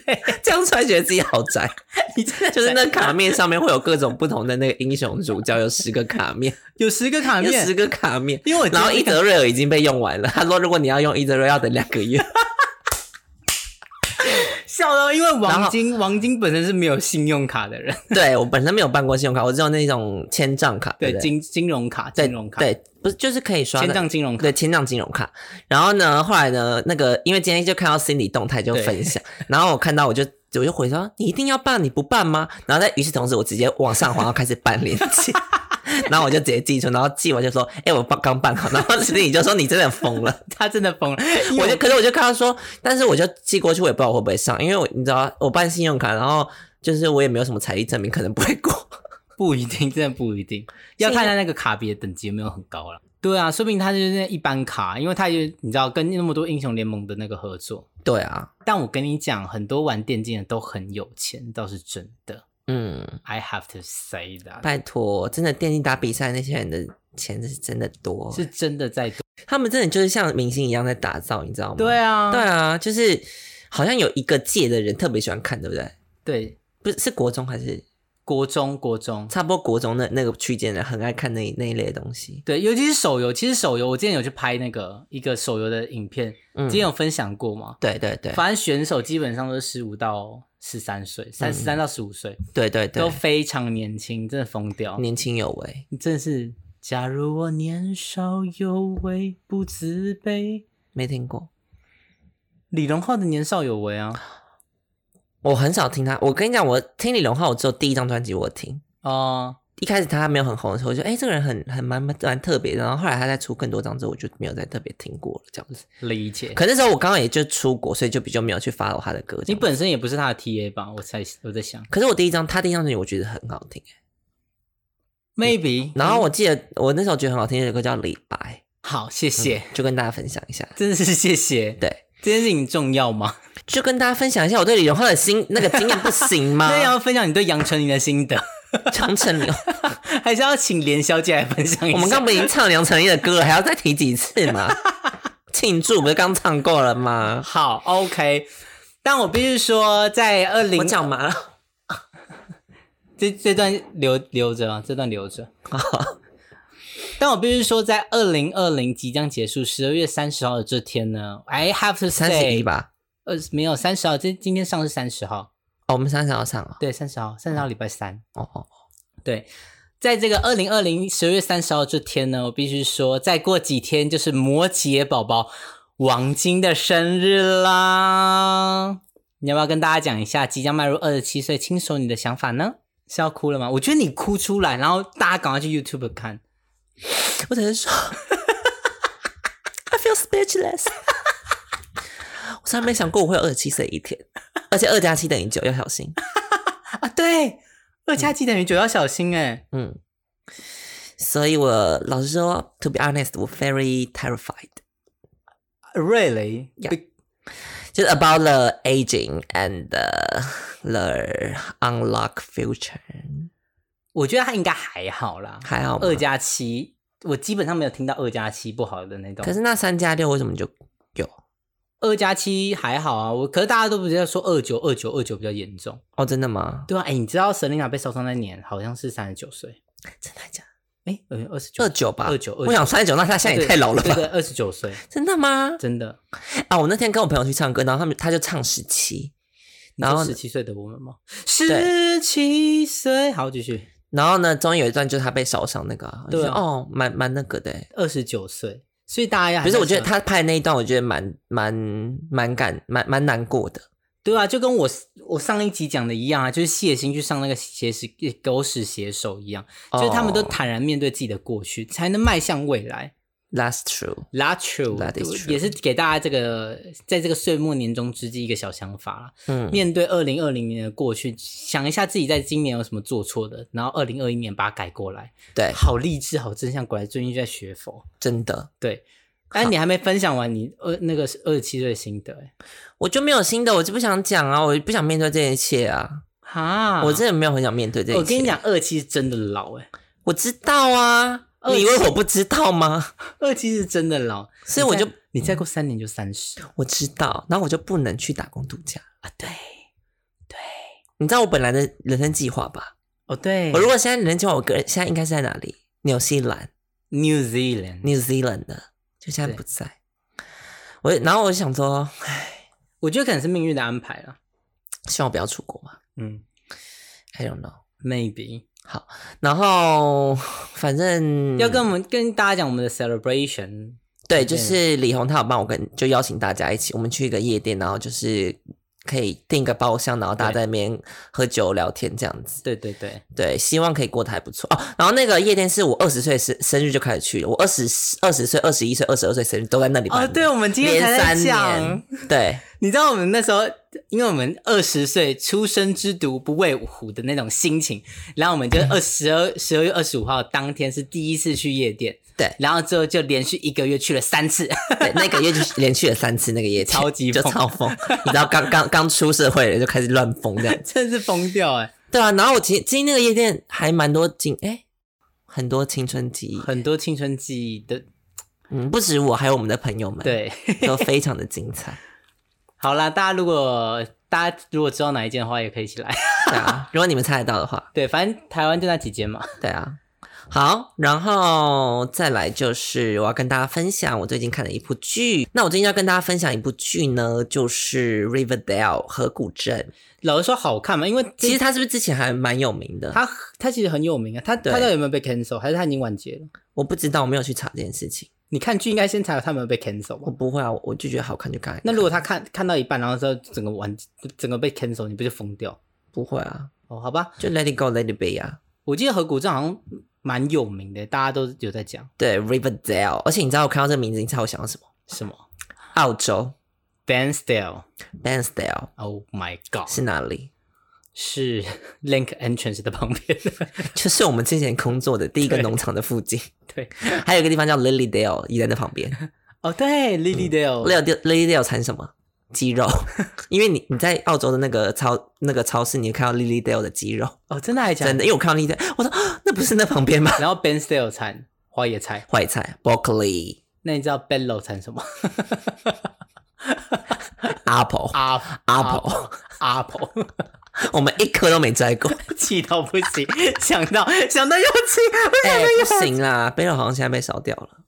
Speaker 2: 对，这样突然觉得自己好宅，
Speaker 1: 你真的
Speaker 2: 就是那卡面上面会有各种不同的那个英雄主角，有十个卡面，
Speaker 1: 有十个卡
Speaker 2: 有十
Speaker 1: 面，
Speaker 2: 个卡面，
Speaker 1: 因为我
Speaker 2: 然后
Speaker 1: 今
Speaker 2: 伊
Speaker 1: 天
Speaker 2: 泽瑞尔已经被用完了，他说如果你要用伊泽瑞尔要等两个月，
Speaker 1: <laughs> 笑到，因为
Speaker 2: 然后
Speaker 1: 王晶，王晶本身是没有信用卡的人，
Speaker 2: 对我本身没有办过信用卡，我只有那种千账卡，对
Speaker 1: 对
Speaker 2: 不对
Speaker 1: 金金融卡，
Speaker 2: 对
Speaker 1: 金融卡，，
Speaker 2: 对，不是就是可以刷
Speaker 1: 千
Speaker 2: 的。
Speaker 1: 账金融卡，
Speaker 2: 对，千账金融卡。然后呢，后来呢，那个因为今天就看到心理动态就分享，然后我看到我就我就回说你一定要办，你不办吗？然后在于是同时我直接往上滑，然后开始办链接。 <laughs> 然后我就直接寄出，然后寄完就说：“哎、我刚刚办好。”然后心理就说：“你真的疯
Speaker 1: <laughs>
Speaker 2: 了。
Speaker 1: <laughs> 他真的疯了。”因为
Speaker 2: 我就可是我就看他说，但是我就寄过去，我也不知道我会不会上，因为我你知道我办信用卡，然后就是我也没有什么财力证明，可能不会过。 <laughs>
Speaker 1: 不一定，真的不一定，要看他那个卡别的等级有没有很高了。对啊，说不定他就是那一般卡，因为他就你知道跟那么多英雄联盟的那个合作。
Speaker 2: 对啊，
Speaker 1: 但我跟你讲，很多玩电竞的都很有钱，倒是真的。
Speaker 2: 嗯，
Speaker 1: I have to say that，
Speaker 2: 拜托，真的电竞打比赛那些人的钱是真的多，
Speaker 1: 是真的在多。
Speaker 2: 他们真的就是像明星一样在打造，你知道吗？
Speaker 1: 对啊，
Speaker 2: 对啊，就是好像有一个界的人特别喜欢看，对不对？
Speaker 1: 对，
Speaker 2: 不是是国中还是
Speaker 1: 国中国中，
Speaker 2: 差不多国中那那个区间的人很爱看那一那一类的东西。
Speaker 1: 对，尤其是手游。其实手游我之前有去拍那个一个手游的影片，
Speaker 2: 嗯
Speaker 1: 之前有分享过嘛。
Speaker 2: 对对对
Speaker 1: 反正选手基本上都是十五到十三岁，三十三到十五岁
Speaker 2: 对嗯对
Speaker 1: 都
Speaker 2: 对，
Speaker 1: 非常年轻，真的疯掉。
Speaker 2: 年轻有为，
Speaker 1: 你真的是，假如我年少有为不自卑，
Speaker 2: 没听过。
Speaker 1: 李荣浩的年少有为啊，
Speaker 2: 我很少听他。我跟你讲，我听李荣浩，我只有第一张专辑我听。
Speaker 1: 哦，
Speaker 2: 一开始他没有很红的时候，我就哎、诶这个人很很蛮蛮蛮特别的。然后后来他再出更多张之后，我就没有再特别听过了这样子。
Speaker 1: 理解。
Speaker 2: 可那时候我刚刚也就出国，所以就比较没有去 follow 他的歌这样子。
Speaker 1: 你本身也不是他的 TA 吧？我在我在想
Speaker 2: 可是我第一张他第一张专辑我觉得很好听，
Speaker 1: ，maybe。
Speaker 2: 然后我记得我那时候觉得很好听的一首歌叫《李白
Speaker 1: 好，谢》，谢，
Speaker 2: 就跟大家分享一下。
Speaker 1: 真的是谢谢。
Speaker 2: 对，
Speaker 1: 这件事情重要吗？
Speaker 2: 就跟大家分享一下我对李荣浩的 <laughs> 心那个经验不行吗？
Speaker 1: 那也要分享你对杨丞琳的心得， <laughs>
Speaker 2: 杨丞 <laughs> 琳，
Speaker 1: 还是要请连小姐来分享一下？
Speaker 2: 我们刚不已经唱梁丞琳的歌了，还要再提几次 <laughs> 嘛？庆祝不是刚唱过了吗？
Speaker 1: 好，OK。但我必须说，在二
Speaker 2: 我
Speaker 1: 零
Speaker 2: 讲完了，
Speaker 1: 这这段留留着啊，这段留 <laughs> 着。但我必须说，在二零二零即将结束十二月三十号的这天呢，I have to
Speaker 2: 三十
Speaker 1: say，
Speaker 2: 一吧？
Speaker 1: 呃，没有三十号，这今天上是三十号，
Speaker 2: 哦，我们三十要唱啊？
Speaker 1: 对，三十号，三十号礼拜三。
Speaker 2: 哦哦，
Speaker 1: 对，在这个二零二零十月三十号这天呢，我必须说，再过几天就是摩羯宝宝王晶的生日啦。你要不要跟大家讲一下即将迈入二十七岁亲手你的想法呢？是要哭了吗？我觉得你哭出来，然后大家赶快去 YouTube 看。
Speaker 2: 我只是说 <laughs> ，I feel speechless 。 <laughs> 我从来没想过我会有二十七岁一天，而且二加七等于九，要小心。
Speaker 1: 啊，对，二加七等于九，要小心哎、
Speaker 2: 嗯，所以我老实说，to be honest，我 very terrified，
Speaker 1: Really？
Speaker 2: Yeah. 就是 about the aging and the, the unlock future，
Speaker 1: 我觉得他应该还好啦，
Speaker 2: 还好吗
Speaker 1: 二。加七，我基本上没有听到二加七不好的那种。
Speaker 2: 可是那三加六为什么就有？
Speaker 1: 二加七还好啊，我可是大家都不是在说二九二九二九比较严重，
Speaker 2: 哦，真的吗？
Speaker 1: 对啊，哎、你知道 Selina 被烧伤那年好像是三十九岁，
Speaker 2: 真的假
Speaker 1: 哎、呃二十九
Speaker 2: 的？二九吧，
Speaker 1: 29
Speaker 2: 我想三十九，那他现在也太老了
Speaker 1: 对
Speaker 2: 吧？
Speaker 1: 对，二十九岁，
Speaker 2: 哦真的吗？
Speaker 1: 真的。
Speaker 2: 啊，我那天跟我朋友去唱歌，然后他们他就唱十七，然后
Speaker 1: 十七岁的我们吗？十七岁，好，继续。
Speaker 2: 然后呢，中间有一段就是他被烧伤那个啊，我就
Speaker 1: 对啊
Speaker 2: 觉得哦，蛮蛮那个的欸。
Speaker 1: 二十九岁，所以大家还
Speaker 2: 不是，
Speaker 1: 在
Speaker 2: 我觉得
Speaker 1: 想
Speaker 2: 他拍的那一段，我觉得蛮蛮蛮感蛮蛮难过的。
Speaker 1: 对啊，就跟我我上一集讲的一样啊，就是谢欣去上那个写实狗屎写手一样，就是他们都
Speaker 2: 哦
Speaker 1: 坦然面对自己的过去，才能迈向未来。
Speaker 2: That's true。
Speaker 1: That's true，
Speaker 2: That is true
Speaker 1: 也是给大家这个在这个岁末年终之际一个小想法啦。
Speaker 2: 嗯，
Speaker 1: 面对二零二零年的过去，想一下自己在今年有什么做错的，然后二零二一年把它改过来，
Speaker 2: 对，
Speaker 1: 好励志，好正向。果然最近就在学佛，
Speaker 2: 真的，
Speaker 1: 对。但你还没分享完你二那个二十七岁的心得、欸，
Speaker 2: 我就没有新的，我就不想讲啊，我不想面对这一切啊，
Speaker 1: 哈，
Speaker 2: 我真的没有很想面对这一切。
Speaker 1: 我跟你，讲，二七是真的老、欸，
Speaker 2: 我知道啊，
Speaker 1: 二十
Speaker 2: 你以为我不知道吗？
Speaker 1: 二七是真的老，
Speaker 2: 所以我就
Speaker 1: 你再你再过三年就三十
Speaker 2: 我知道，然后我就不能去打工度假。
Speaker 1: 啊，对，
Speaker 2: 你知道我本来的人生计划吧？
Speaker 1: 哦对
Speaker 2: 我如果现在人生计划，我个人现在应该是在哪里？纽西兰。
Speaker 1: ，New Zealand，
Speaker 2: New Zealand 的，就现在
Speaker 1: 对
Speaker 2: 不在。我然后我就想说，
Speaker 1: 我觉得可能是命运的安排了，
Speaker 2: 希望我不要出国嘛
Speaker 1: 嗯
Speaker 2: ，I don't know。
Speaker 1: ，maybe。
Speaker 2: 然后反正
Speaker 1: 要跟我们跟大家讲我们的 celebration，
Speaker 2: 对，就是李红他有帮我跟就邀请大家一起，我们去一个夜店，然后就是可以订个包厢，然后大家
Speaker 1: 对
Speaker 2: 在那边喝酒聊天这样子。
Speaker 1: 对对对，
Speaker 2: 对，希望可以过得还不错哦。然后那个夜店是我二十岁生生日就开始去了，我二十二十岁、二十一岁、二十二岁生日都在那里办
Speaker 1: 哦，
Speaker 2: 的。
Speaker 1: 对，我们今天才
Speaker 2: 连
Speaker 1: 在
Speaker 2: 三
Speaker 1: 讲
Speaker 2: 年，，对，
Speaker 1: 你知道我们那时候，因为我们二十岁初生之犊不畏虎的那种心情，然后我们 <laughs> 就二十二十二月二十五号当天是第一次去夜店，
Speaker 2: 对
Speaker 1: 然后之后就连续一个月去了三 <laughs> 次，
Speaker 2: 对，那个月就是连去了三次那个夜店，
Speaker 1: 超级
Speaker 2: 就
Speaker 1: 疯
Speaker 2: 超疯。你知道刚刚刚出社会的人就开始乱疯这样。
Speaker 1: 真是疯掉哎、
Speaker 2: 对啊，然后我今今天那个夜店还蛮多青哎、很多青春记忆，
Speaker 1: 很多青春记忆 <laughs> 的，
Speaker 2: 嗯，不止我，还有我们的朋友们，，
Speaker 1: 对，
Speaker 2: 都非常的精彩。
Speaker 1: 好啦，大家如果大家如果知道哪一件的话，也可以一起来，
Speaker 2: 对啊，如果你们猜得到的话，
Speaker 1: 对，反正台湾就那几间嘛，
Speaker 2: 对啊。好，然后再来就是我要跟大家分享我最近看的一部剧。那我最近要跟大家分享一部剧呢，就是《Riverdale》河谷镇。
Speaker 1: 老实说好看嘛，因为
Speaker 2: 其实它是不是之前还蛮有名的？
Speaker 1: 他他其实很有名啊，他他
Speaker 2: 对
Speaker 1: 到底有没有被 cancel，还是他已经完结了？
Speaker 2: 我不知道，我没有去查这件事情。
Speaker 1: 你看剧应该先查他们有没有被 cancel
Speaker 2: 我
Speaker 1: 吧？
Speaker 2: 不会啊，我就觉得好看就看。
Speaker 1: 那如果他看看到一半，然后之后整个完整个被 cancel，你不就疯掉？
Speaker 2: 不会啊，
Speaker 1: 哦，好吧，
Speaker 2: 就 Let It Go，Let It Be 啊。
Speaker 1: 我记得河谷镇好像蛮有名的，大家都有在讲
Speaker 2: 对，Riverdale，而且你知道我看到这个名字，你猜我想到什么？
Speaker 1: 什么
Speaker 2: 澳洲
Speaker 1: Dan Style。
Speaker 2: Bansdale
Speaker 1: Oh my god，
Speaker 2: 是哪里？
Speaker 1: 是 Link Entrance 的旁边。 <laughs>
Speaker 2: 就是我们之前工作的第一个
Speaker 1: 对
Speaker 2: 农场的附近，
Speaker 1: <laughs> 对，
Speaker 2: 还有一个地方叫 Lilydale，也在那旁边。
Speaker 1: 哦对，Lilydale。
Speaker 2: Lilydale Lilydale 产什么？鸡
Speaker 1: <laughs>
Speaker 2: 肉，因为你你在澳洲的那个超那个超市，你看到 Lilydale 的鸡肉，
Speaker 1: 哦，真的还假
Speaker 2: 真的，因为我看到 Lilydale，我说、啊那不是那旁边吗？
Speaker 1: 然后 Ben Style 产花野菜，
Speaker 2: 坏菜 broccoli
Speaker 1: 那你知道 Bello 产什么
Speaker 2: apple，
Speaker 1: ？Apple
Speaker 2: Apple
Speaker 1: Apple，
Speaker 2: <laughs> 我们一颗都没摘过。
Speaker 1: 气到不行，想到 <laughs> 想到又气，为什
Speaker 2: 哎、
Speaker 1: 么又
Speaker 2: 不行啦，贝勒好像现在被烧掉了。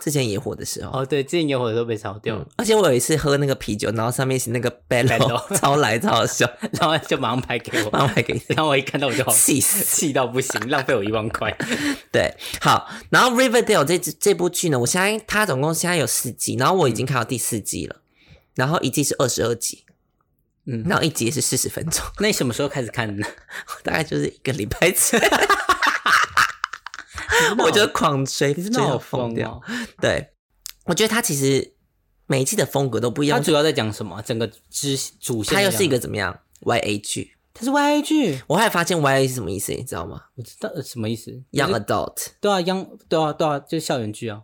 Speaker 2: 之前野火的时候，嗯
Speaker 1: 哦，对，之前有火都被烧掉，
Speaker 2: 而且我有一次喝那个啤酒，然后上面是那个贝勒
Speaker 1: Bello <laughs>
Speaker 2: 超来超好笑，
Speaker 1: 然后就马上拍给我，
Speaker 2: 然后还给你
Speaker 1: 然后我一看到我就好
Speaker 2: 气死。
Speaker 1: 气到不行，浪费我一万
Speaker 2: <laughs>
Speaker 1: 块。
Speaker 2: 对，好，然后 Riverdale 这支这部剧呢，我现在它总共现在有四季，然后我已经看到第四季了，然后一季是二十二集，
Speaker 1: 嗯
Speaker 2: 然后一集是四十分钟， <laughs>
Speaker 1: 那你什么时候开始看的呢？
Speaker 2: 大概就是一个礼
Speaker 1: <laughs>
Speaker 2: 拜前，我就狂追，
Speaker 1: 你真的
Speaker 2: 追
Speaker 1: 好
Speaker 2: 到
Speaker 1: 疯
Speaker 2: 疯掉
Speaker 1: 哦。！
Speaker 2: 对，我觉得它其实每一季的风格都不一
Speaker 1: 它
Speaker 2: 样，
Speaker 1: 主要在讲什么？整个支主线
Speaker 2: 它
Speaker 1: 在
Speaker 2: 又
Speaker 1: 讲
Speaker 2: 是一个怎么样 YA 剧？
Speaker 1: 它是 YA 剧，
Speaker 2: 我还发现 YA 是什么意思，你知道吗
Speaker 1: 我知道呃什么意思。
Speaker 2: ？Young Adult
Speaker 1: 对啊央对啊对啊，就是校园剧啊，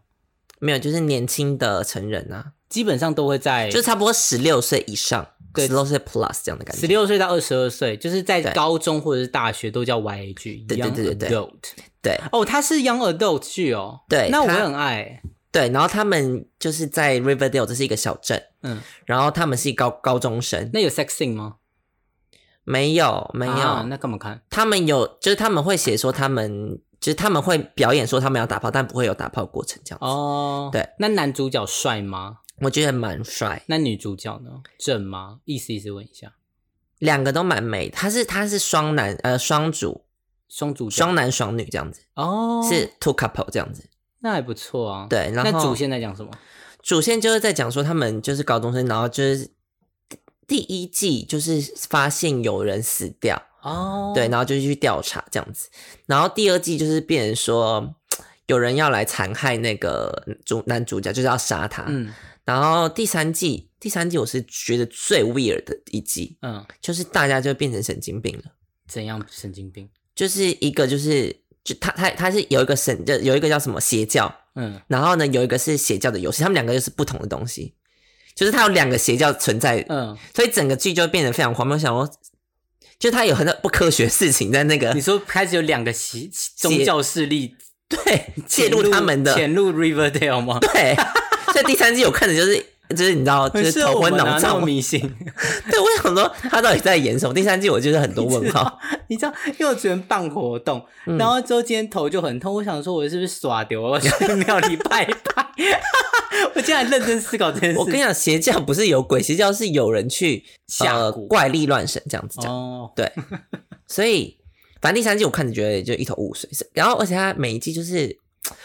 Speaker 2: 没有，就是年轻的成人啊，
Speaker 1: 基本上都会在
Speaker 2: 就差不多十六岁以上，
Speaker 1: 对
Speaker 2: 十六岁 plus 这样的感
Speaker 1: 十
Speaker 2: 觉。
Speaker 1: 六岁到二十二岁，就是在
Speaker 2: 对
Speaker 1: 高中或者是大学都叫 YA 剧
Speaker 2: 对对
Speaker 1: ，Young
Speaker 2: 对对对
Speaker 1: Adult。
Speaker 2: 对
Speaker 1: 哦，它是 Young Adult 剧哦，
Speaker 2: 对
Speaker 1: 那我
Speaker 2: 它
Speaker 1: 也很爱。
Speaker 2: 对，然后他们就是在 Riverdale，这是一个小镇，
Speaker 1: 嗯，
Speaker 2: 然后他们是高高中生，
Speaker 1: 那有 sex scene 吗？
Speaker 2: 没有没有，
Speaker 1: 啊那干嘛看？
Speaker 2: 他们有就是他们会写说他们就是他们会表演说他们要打炮，但不会有打炮过程这样子。
Speaker 1: 哦，
Speaker 2: 对，
Speaker 1: 那男主角帅吗？
Speaker 2: 我觉得蛮帅，
Speaker 1: 那女主角呢？正吗？意思意思问一下，
Speaker 2: 两个都蛮美的，他是他是双男呃双主
Speaker 1: 双主角
Speaker 2: 双男双女这样子，
Speaker 1: 哦，
Speaker 2: 是 two couple 这样子。
Speaker 1: 那还不错啊。，
Speaker 2: 对，然后
Speaker 1: 那主线在讲什么？
Speaker 2: 主线就是在讲说他们就是高中生，然后就是第第一季就是发现有人死掉，
Speaker 1: 哦，
Speaker 2: 对，然后就去调查这样子，然后第二季就是变成说有人要来残害那个主男主角，就是要杀他，
Speaker 1: 嗯
Speaker 2: 然后第三季第三季我是觉得最 weird 的一季，
Speaker 1: 嗯，
Speaker 2: 就是大家就变成神经病了。
Speaker 1: 怎样神经病？
Speaker 2: 就是一个就是就他他他是有一个神，就有一个叫什么邪教，
Speaker 1: 嗯，
Speaker 2: 然后呢有一个是邪教的游戏，他们两个又是不同的东西，就是他有两个邪教存在，
Speaker 1: 嗯，
Speaker 2: 所以整个剧就变得非常荒谬。我想说，就他有很多不科学的事情在那个
Speaker 1: 你说开始有两个邪宗教势力
Speaker 2: 对介入他们的
Speaker 1: 潜入 Riverdale 吗？ <laughs>
Speaker 2: 对，所以第三季我看的就是就是你知道 <laughs> 就是
Speaker 1: 啊
Speaker 2: 头昏脑
Speaker 1: 那么
Speaker 2: 胀，
Speaker 1: 迷信。
Speaker 2: 对我想说他到底在演什么？第三季我就是很多 <laughs>
Speaker 1: <laughs>
Speaker 2: 问号，嗯
Speaker 1: 你知道，因为我昨天办活动，然后之后今天头就很痛，我想说我是不是耍丢了？我 <laughs> 去庙里拜一拜。 <laughs> 我竟然认真思考这件事。
Speaker 2: 我跟你讲，邪教不是有鬼，邪教是有人去
Speaker 1: 吓
Speaker 2: 呃
Speaker 1: 唬
Speaker 2: 怪力乱神这样子讲。
Speaker 1: 哦，
Speaker 2: 对，所以反正第三季我看着觉得就一头雾水。是然后而且它每一季就是，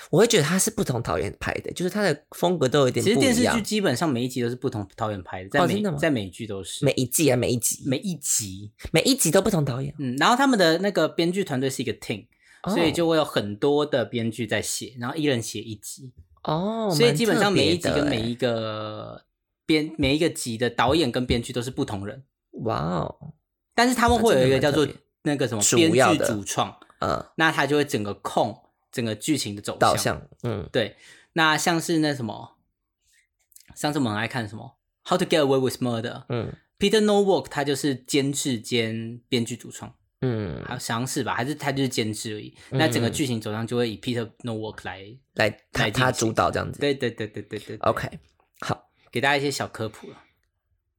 Speaker 2: 我会觉得它是不同导演拍的，就是它的风格都有点
Speaker 1: 其实
Speaker 2: 不
Speaker 1: 电
Speaker 2: 一
Speaker 1: 视剧
Speaker 2: 样。
Speaker 1: 基本上每一集都是不同导演拍的，在
Speaker 2: 哦
Speaker 1: 每
Speaker 2: 真的吗
Speaker 1: 在每一剧都是
Speaker 2: 每一季啊，每一集，
Speaker 1: 每一集，
Speaker 2: 每一集都不同导演，
Speaker 1: 嗯，然后他们的那个编剧团队是一个 team，
Speaker 2: 哦
Speaker 1: 所以就会有很多的编剧在写，然后一人写一集，
Speaker 2: 哦，
Speaker 1: 所以
Speaker 2: 蛮
Speaker 1: 基本上
Speaker 2: 特
Speaker 1: 每
Speaker 2: 别
Speaker 1: 一集
Speaker 2: 的
Speaker 1: 跟
Speaker 2: 欸
Speaker 1: 每一个编每一个集的导演跟编剧都是不同人，
Speaker 2: 哇哦，
Speaker 1: 但是他们会有一个叫做
Speaker 2: 那真的蛮特
Speaker 1: 那个什么
Speaker 2: 主
Speaker 1: 编
Speaker 2: 要
Speaker 1: 剧
Speaker 2: 的
Speaker 1: 主创，
Speaker 2: 呃，
Speaker 1: 那他就会整个控整个剧情的走
Speaker 2: 导向，嗯，
Speaker 1: 对，那像是那什么，上次我们很爱看什么《How to Get Away with Murder》
Speaker 2: 嗯
Speaker 1: Peter Norwalk 他就是监制兼编剧主创，
Speaker 2: 嗯，
Speaker 1: 好像是吧？还是他就是监制而已。那整个
Speaker 2: 嗯
Speaker 1: 剧情走向就会以 Peter Norwalk 来，
Speaker 2: 来他
Speaker 1: 来进
Speaker 2: 他
Speaker 1: 行
Speaker 2: 主导这样子
Speaker 1: 对对对对对对对
Speaker 2: ，OK，好，
Speaker 1: 给大家一些小科普了。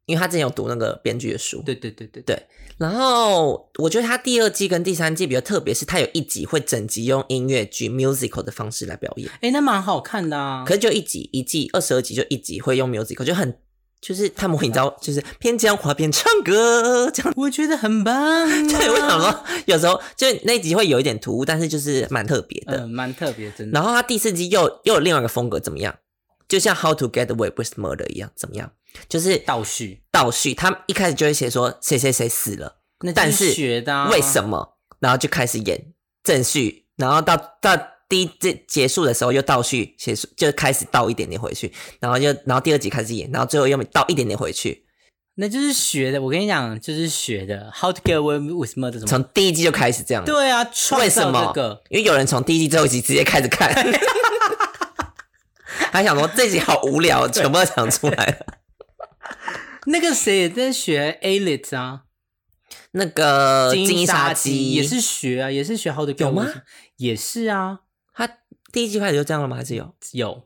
Speaker 2: 因为他之前有读那个编剧的书，
Speaker 1: 对对对对
Speaker 2: 对然后我觉得它第二季跟第三季比较特别，是它有一集会整集用音乐剧 musical 的方式来表演，
Speaker 1: 哎，那蛮好看的啊
Speaker 2: 可。是就一集一季二十二集就一集会用 musical，就很就是他们会你知道，就是边讲话边唱歌这样。 <laughs>
Speaker 1: 我觉得很棒、啊。
Speaker 2: 对，我想说，有时候就那一集会有一点突兀，但是就是蛮特别的。
Speaker 1: 嗯，蛮特别，真的。
Speaker 2: 然后他第四季又又有另外一个风格，怎么样？就像《How to Get Away with Murder》一样，怎么样？就是
Speaker 1: 倒叙，
Speaker 2: 倒叙，他们一开始就会写说谁谁谁死了，
Speaker 1: 那就
Speaker 2: 但
Speaker 1: 是
Speaker 2: 是
Speaker 1: 学的啊
Speaker 2: 为什么？然后就开始演正序，然后到到第一这结束的时候又倒叙，结束就开始倒一点点回去，然后又然后第二集开始演，然后最后又倒一点点回去，
Speaker 1: 那就是学的。我跟你讲，就是学的。How to get away with murder？什么？
Speaker 2: 从第一季就开始这样。，
Speaker 1: 对啊，创
Speaker 2: 为什
Speaker 1: 造
Speaker 2: 么
Speaker 1: 这？个。
Speaker 2: 因为有人从第一季最后一集直接开始看， <laughs> 还想说这集好无聊，全部都讲出
Speaker 1: <laughs>
Speaker 2: 来了。
Speaker 1: 那个谁也在学 A lit 啊，
Speaker 2: 那个
Speaker 1: 金
Speaker 2: 呃金
Speaker 1: 沙
Speaker 2: 沙
Speaker 1: 姬
Speaker 2: 姬
Speaker 1: 也是学啊，也是学 How to get
Speaker 2: 有
Speaker 1: away
Speaker 2: 吗
Speaker 1: with，也是啊，
Speaker 2: 他第一季开始就这样了吗？还是有
Speaker 1: 有。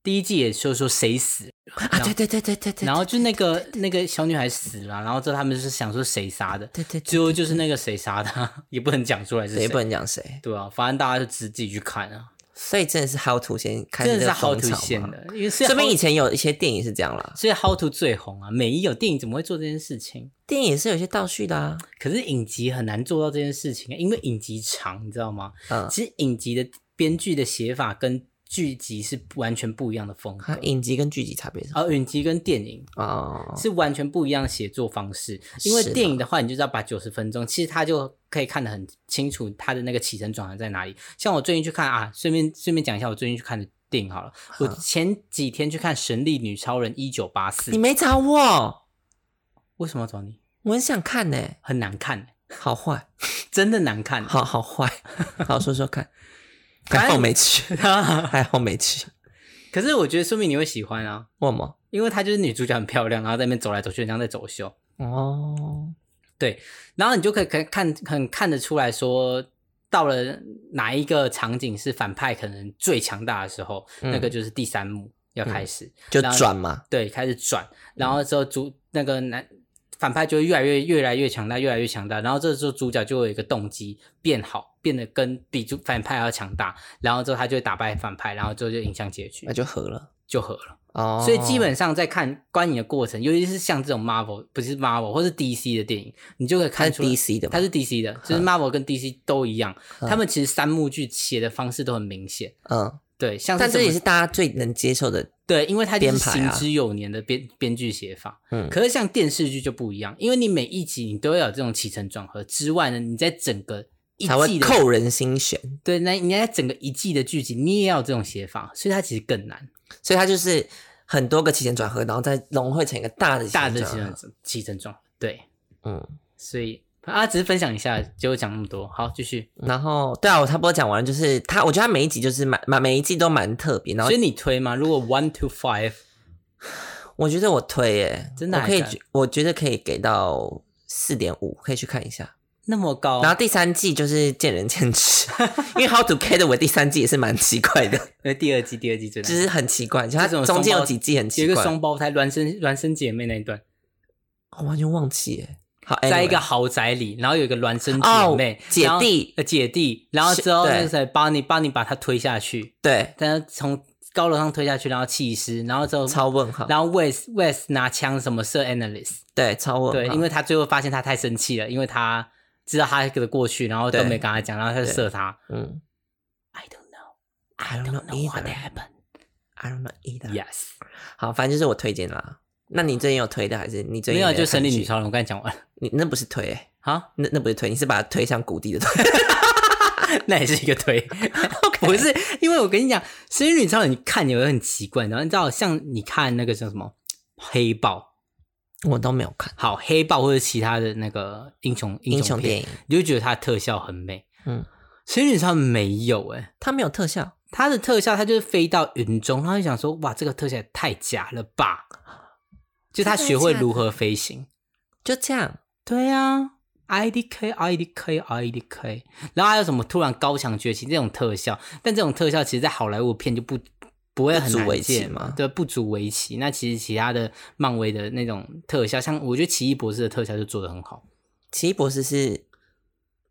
Speaker 1: 第一季也就说谁死，
Speaker 2: 啊？对对对对对对。
Speaker 1: 然后就那个那个小女孩死了，然后之后他们就是想说谁杀的，
Speaker 2: 对对对，
Speaker 1: 最后就是那个谁杀的， <laughs> 也不能讲出来是
Speaker 2: 谁也不
Speaker 1: 谁。
Speaker 2: 能讲谁，
Speaker 1: 对啊，反正大家就自己去看啊，
Speaker 2: 欸所以真的是 How to 先开始
Speaker 1: 真
Speaker 2: 这
Speaker 1: 的是
Speaker 2: 个
Speaker 1: How
Speaker 2: 风
Speaker 1: to
Speaker 2: 潮
Speaker 1: 先
Speaker 2: 嘛
Speaker 1: 的，因为是
Speaker 2: 说不定
Speaker 1: How-
Speaker 2: 以前有一些电影是这样啦，
Speaker 1: 所以 How to 最红啊，没有电影怎么会做这件事情？
Speaker 2: 电影也是有一些倒叙的啊。
Speaker 1: 可是影集很难做到这件事情，啊因为影集长，你知道吗？
Speaker 2: 嗯，
Speaker 1: 其实影集的编剧的写法跟剧集是完全不一样的风格
Speaker 2: 它，影集跟剧集差别是什么
Speaker 1: 而影集跟电影
Speaker 2: 哦，
Speaker 1: 是完全不一样的写作方式。因为
Speaker 2: 是的
Speaker 1: 电影的话，你就是要把九十分钟，其实它就可以看得很清楚它的那个起承转合在哪里。像我最近去看啊，顺便顺便讲一下我最近去看的电影好了。我前几天去看《神力女超人一九八四
Speaker 2: 你》，没找我，
Speaker 1: 为什么要找你？
Speaker 2: 我很想看呢，
Speaker 1: 很难看，欸
Speaker 2: 好坏，
Speaker 1: 真的难看。
Speaker 2: 好好坏，好说说看。
Speaker 1: <laughs> 反正
Speaker 2: 还好没去，还好没去。
Speaker 1: <laughs> 可是我觉得说明你会喜欢啊，
Speaker 2: 为什么？
Speaker 1: 因为她就是女主角很漂亮，然后在那边走来走去，很像在走秀。
Speaker 2: 哦，
Speaker 1: 然后你就可以可以看很看得出来说，到了哪一个场景是反派可能最强大的时候，
Speaker 2: 嗯
Speaker 1: 那个就是第三幕要开始，
Speaker 2: 就
Speaker 1: 然后
Speaker 2: 转嘛，
Speaker 1: 对，开始转，然后之后主那个男反派就会越来越越来越强大，越来越强大，然后这时候主角就会有一个动机变好，变得跟比主反派还要强大，然后之后他就会打败反派，然后之后就影响结局
Speaker 2: 那，就合了。
Speaker 1: 就和了。
Speaker 2: 哦，
Speaker 1: 所以基本上在看观影的过程，尤其是像这种 Marvel 不是 Marvel 或是 DC 的电影，你就可以
Speaker 2: 它
Speaker 1: 看
Speaker 2: 是
Speaker 1: 出来
Speaker 2: DC 的嘛，嗯
Speaker 1: 它是 DC 的，就是 Marvel 跟 DC 都一样，他们其实三幕剧写的方式都很明显。
Speaker 2: 嗯，
Speaker 1: 对，像
Speaker 2: 但
Speaker 1: 是
Speaker 2: 这也
Speaker 1: 么
Speaker 2: 是大家最能接受的。
Speaker 1: 对，因为它就是
Speaker 2: 编排
Speaker 1: 行
Speaker 2: 啊
Speaker 1: 之有年的编编剧写法。
Speaker 2: 嗯
Speaker 1: 可是像电视剧就不一样，因为你每一集你都要有这种起承转合之外呢，你在整个一
Speaker 2: 才会
Speaker 1: 季的
Speaker 2: 扣人心弦，
Speaker 1: 对，那你在整个一季的剧集你也要有这种写法，所以它其实更难。
Speaker 2: 所以它就是很多个起承转合，然后再融汇成一个大的起
Speaker 1: 大
Speaker 2: 承
Speaker 1: 的
Speaker 2: 转
Speaker 1: 起
Speaker 2: 合
Speaker 1: 承起承转合对，
Speaker 2: 嗯，
Speaker 1: 所以啊，只是分享一下，结果讲那么多，好，继续。
Speaker 2: 然后对啊，我差不多讲完了，就是它，我觉得它每一集就是蛮蛮每一季都蛮特别，然后
Speaker 1: 所以你推吗？如果 one to five，
Speaker 2: 我觉得我推耶，
Speaker 1: 真的
Speaker 2: 我可以
Speaker 1: 还敢，
Speaker 2: 我觉得可以给到四点五，可以去看一下。
Speaker 1: 那么高，
Speaker 2: 然后第三季就是见仁
Speaker 1: <laughs>
Speaker 2: 见智，因为 How to Get 我第三季也是蛮奇怪的，
Speaker 1: 因为第二季第二季最难
Speaker 2: 就
Speaker 1: 看。
Speaker 2: 是很奇怪，就
Speaker 1: 这
Speaker 2: 它
Speaker 1: 种
Speaker 2: 中间
Speaker 1: 双
Speaker 2: 有
Speaker 1: 胞
Speaker 2: 几季很
Speaker 1: 有
Speaker 2: 奇
Speaker 1: 一个
Speaker 2: 怪，
Speaker 1: 双胞胎孪生孪生姐妹那一段，
Speaker 2: 我完全忘记耶。好，
Speaker 1: 在
Speaker 2: anyway
Speaker 1: 一个豪宅里，然后有一个孪生姐妹、
Speaker 2: 哦姐
Speaker 1: 然后
Speaker 2: 弟
Speaker 1: 呃姐弟，然后之后
Speaker 2: 是
Speaker 1: 那
Speaker 2: 对
Speaker 1: 个谁帮你帮你把他推下去，
Speaker 2: 对
Speaker 1: 但是从高楼上推下去，然后弃尸，然后之后
Speaker 2: 超问号，
Speaker 1: 然后 West West 拿枪什么射 Analyst，
Speaker 2: 对超问号，
Speaker 1: 对，因为他最后发现他太生气了，因为他知道他的过去，然后都
Speaker 2: 对
Speaker 1: 没跟他讲，然后他就射他。
Speaker 2: 嗯
Speaker 1: I don't know,
Speaker 2: ，I don't know
Speaker 1: don't know what
Speaker 2: either。
Speaker 1: happened.
Speaker 2: I don't know either。
Speaker 1: Yes，
Speaker 2: 好，反正就是我推荐啦。那你最近有推的还是你最
Speaker 1: 没
Speaker 2: 近
Speaker 1: 有，
Speaker 2: 在
Speaker 1: 就
Speaker 2: 看
Speaker 1: 神力
Speaker 2: 剧
Speaker 1: 女超人，我刚才讲完了。
Speaker 2: 你那不是推、欸，
Speaker 1: 好，
Speaker 2: 那那不是推，你是把它推向谷底的推。
Speaker 1: <laughs> 那也是一个推， <laughs> 不是因为我跟你讲，《神力女超人》你看有的很奇怪，然后你知道像你看那个叫什么黑豹，
Speaker 2: <laughs> 我都没有看
Speaker 1: 好黑豹或者其他的那个英雄
Speaker 2: 英
Speaker 1: 雄
Speaker 2: 雄
Speaker 1: 片，
Speaker 2: 电影，
Speaker 1: 你就觉得它的特效很美，
Speaker 2: 嗯，
Speaker 1: 《神力女超人》没有哎、
Speaker 2: 它没有特效，
Speaker 1: 它的特效它就是飞到云中，然后就想说哇，这个特效也太假了吧，就他学会如何飞行。
Speaker 2: 就这样。
Speaker 1: 对啊，IDK IDK IDK，然后还有什么突然高墙崛起这种特效，但这种特效其实在好莱坞片就不不会很
Speaker 2: 不足
Speaker 1: 难
Speaker 2: 为奇
Speaker 1: 见
Speaker 2: 吗
Speaker 1: 对，不足为奇。那其实其他的漫威的那种特效，像我觉得奇异博士的特效就做的很好，
Speaker 2: 奇异博士是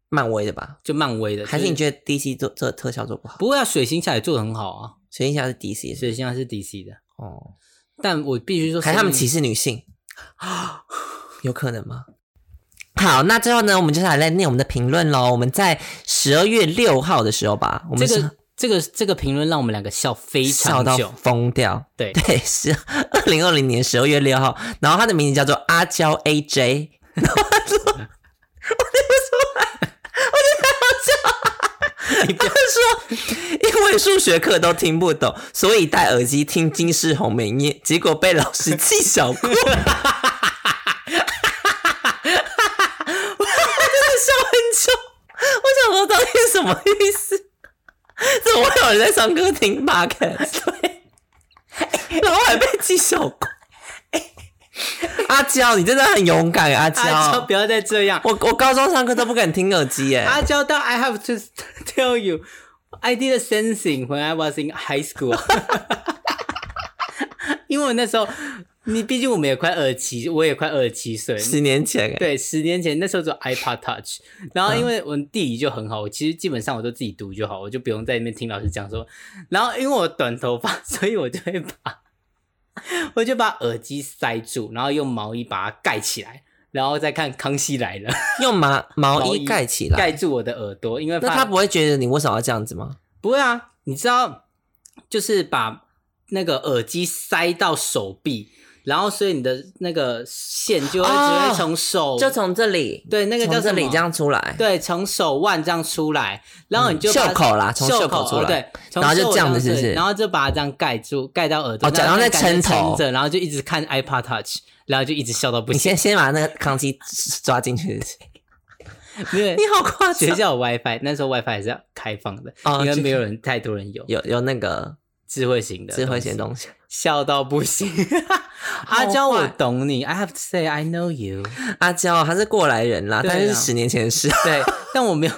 Speaker 2: 漫威的吧？
Speaker 1: 就漫威的，
Speaker 2: 还是你
Speaker 1: 得？
Speaker 2: 觉得 DC 做做的特效做不好？
Speaker 1: 不过啊，水星侠也做的很好啊，
Speaker 2: 水星侠是 DC 的
Speaker 1: 水星侠是 DC 的。
Speaker 2: 哦，
Speaker 1: 但我必须说，
Speaker 2: 还是他们歧视女性？ <gasps> 有可能吗？好，那最后呢，我们接下来来念我们的评论喽。我们在十二月六号的时候吧，我们
Speaker 1: 这
Speaker 2: 是
Speaker 1: 个这个这个评论让我们两个笑非
Speaker 2: 笑
Speaker 1: 常
Speaker 2: 到
Speaker 1: 久。
Speaker 2: 疯掉。 <laughs>
Speaker 1: 对，
Speaker 2: 对，是二零二零年十二月六号，然后他的名字叫做阿娇 AJ，
Speaker 1: 你不要
Speaker 2: 因为数学课都听不懂，所以戴耳机听金世红美念，结果被老师气小过。我 <laughs> 真的笑很久，我想说到底是什么意思？ <laughs> 怎么会有人在上课听 p o d c 对， <laughs> 然后还被记小过。 <laughs> 阿娇，你真的很勇敢，阿
Speaker 1: <laughs>
Speaker 2: 娇。
Speaker 1: 阿啊娇不要再这样。
Speaker 2: 我我高中上课都不敢听耳机耶、
Speaker 1: 阿娇到 I have to tell you, I did sensing when I was in high school 。因为我那时候，你毕竟我们也快二七，我也快二十七岁，
Speaker 2: 十年前、欸，
Speaker 1: 对，十年前那时候只有 iPod Touch，然后因为我地理就很好，我其实基本上我都自己读就好，我就不用在那边听老师讲说。然后因为我短头发，所以我就会把 <laughs> 我就把耳机塞住，然后用毛衣把它盖起来，然后再看《康熙来了》
Speaker 2: 用毛毛
Speaker 1: 毛
Speaker 2: 衣
Speaker 1: 衣
Speaker 2: 盖起来。
Speaker 1: 盖住我的耳朵，因为
Speaker 2: 啊那
Speaker 1: 怕
Speaker 2: 他不会觉得你为什么要这样子吗？
Speaker 1: 不会啊，你知道，就是把那个耳机塞到手臂，然后所以你的那个线就会只
Speaker 2: 哦
Speaker 1: 会从手、
Speaker 2: 就从这里，，
Speaker 1: 对那个叫
Speaker 2: 从这
Speaker 1: 什
Speaker 2: 里
Speaker 1: 么
Speaker 2: 这样出来，
Speaker 1: 对，从手腕这样出来，然后你就
Speaker 2: 嗯
Speaker 1: 把
Speaker 2: 袖口啦从袖
Speaker 1: 袖
Speaker 2: 口出来
Speaker 1: 哦对，从
Speaker 2: 然后就
Speaker 1: 袖
Speaker 2: 这样子
Speaker 1: 腕
Speaker 2: 是不是
Speaker 1: 然后就把它这样盖住，盖到耳朵，
Speaker 2: 哦然后再
Speaker 1: 感觉
Speaker 2: 撑头
Speaker 1: 着，然后就一直看 iPod Touch，然后就一直笑到不
Speaker 2: 你
Speaker 1: 行，
Speaker 2: 先先把那个康熙抓
Speaker 1: <laughs>
Speaker 2: 进去。
Speaker 1: 因为
Speaker 2: <laughs> 你好夸
Speaker 1: 学
Speaker 2: 张，
Speaker 1: 校有 WiFi，那时候 WiFi 还是要开放的，
Speaker 2: 哦
Speaker 1: 因为
Speaker 2: 就
Speaker 1: 没有人太多人有
Speaker 2: 有有那个
Speaker 1: 智慧型的
Speaker 2: 智慧型
Speaker 1: 东西，
Speaker 2: 东西。
Speaker 1: 笑到不
Speaker 2: <laughs>
Speaker 1: 行。阿娇，我懂你，I have to say I know you。 <laughs>
Speaker 2: 阿娇啊她是过来人啦，
Speaker 1: 对啊
Speaker 2: 但是十年前的事，
Speaker 1: 对，但我没有，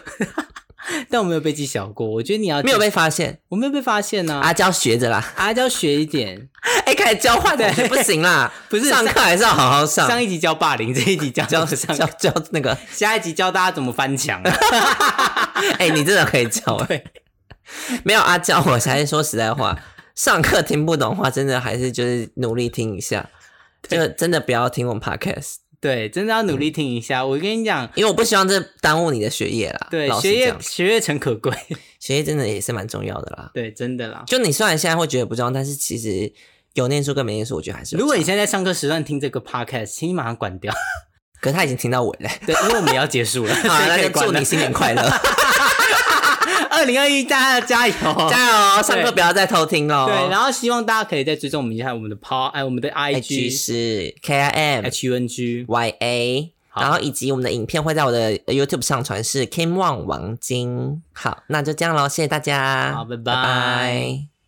Speaker 1: <laughs> 但我没有被记小过。我觉得你要
Speaker 2: 没有，被发现。
Speaker 1: 我没有被发现呢。
Speaker 2: 阿娇学
Speaker 1: <laughs>
Speaker 2: 着啦，
Speaker 1: 阿娇学一点。
Speaker 2: <laughs> 哎，开始交换同
Speaker 1: 对
Speaker 2: 学不行啦，
Speaker 1: <laughs> 不是
Speaker 2: 上课还是要好好上，
Speaker 1: 上一集教霸凌，这一集教
Speaker 2: 嗯教
Speaker 1: 教上，
Speaker 2: 教教那
Speaker 1: <laughs>
Speaker 2: 个
Speaker 1: 下一集教大家怎么翻墙。啊
Speaker 2: <laughs> 哎、你真的可以教哎、没有阿娇，我才说实在话，上课听不懂话，真的还是就是努力听一下，就真的不要听我们 podcast，
Speaker 1: 对，真的要努
Speaker 2: 嗯
Speaker 1: 力听一下。我跟你讲，
Speaker 2: 因为我不希望这耽误你的学业啦。
Speaker 1: 对，
Speaker 2: 老实
Speaker 1: 学业
Speaker 2: 讲
Speaker 1: 学业诚可贵。 <laughs>
Speaker 2: 学业真的也是蛮重要的啦。
Speaker 1: 对，真的啦。
Speaker 2: 就你虽然现在会觉得不重要，但是其实有念书跟没念书，我觉得还是有
Speaker 1: 如果你
Speaker 2: 差
Speaker 1: 现在在上课时段听这个 podcast，请你马上关掉。 <laughs>
Speaker 2: 可是他已经听到尾了，
Speaker 1: 对，因为我们要结束了。 <laughs>
Speaker 2: <laughs> 好，那就祝
Speaker 1: 关了
Speaker 2: 你。新年
Speaker 1: <laughs>
Speaker 2: 快乐， <laughs>
Speaker 1: 二零二一，大家加油！
Speaker 2: 加油哦！上课不要再偷听哦。
Speaker 1: 对，然
Speaker 2: 后
Speaker 1: 后希望大家可以再追踪我们一下我们的 pod，哎，我们的
Speaker 2: H
Speaker 1: IG
Speaker 2: 是 K I M
Speaker 1: H U N G。
Speaker 2: Y A，
Speaker 1: 好
Speaker 2: 然后以及我们的影片会在我的呃 YouTube 上传，是 Kim Wang 王晶。好，那就这样喽，谢谢大家，
Speaker 1: 好拜拜
Speaker 2: 拜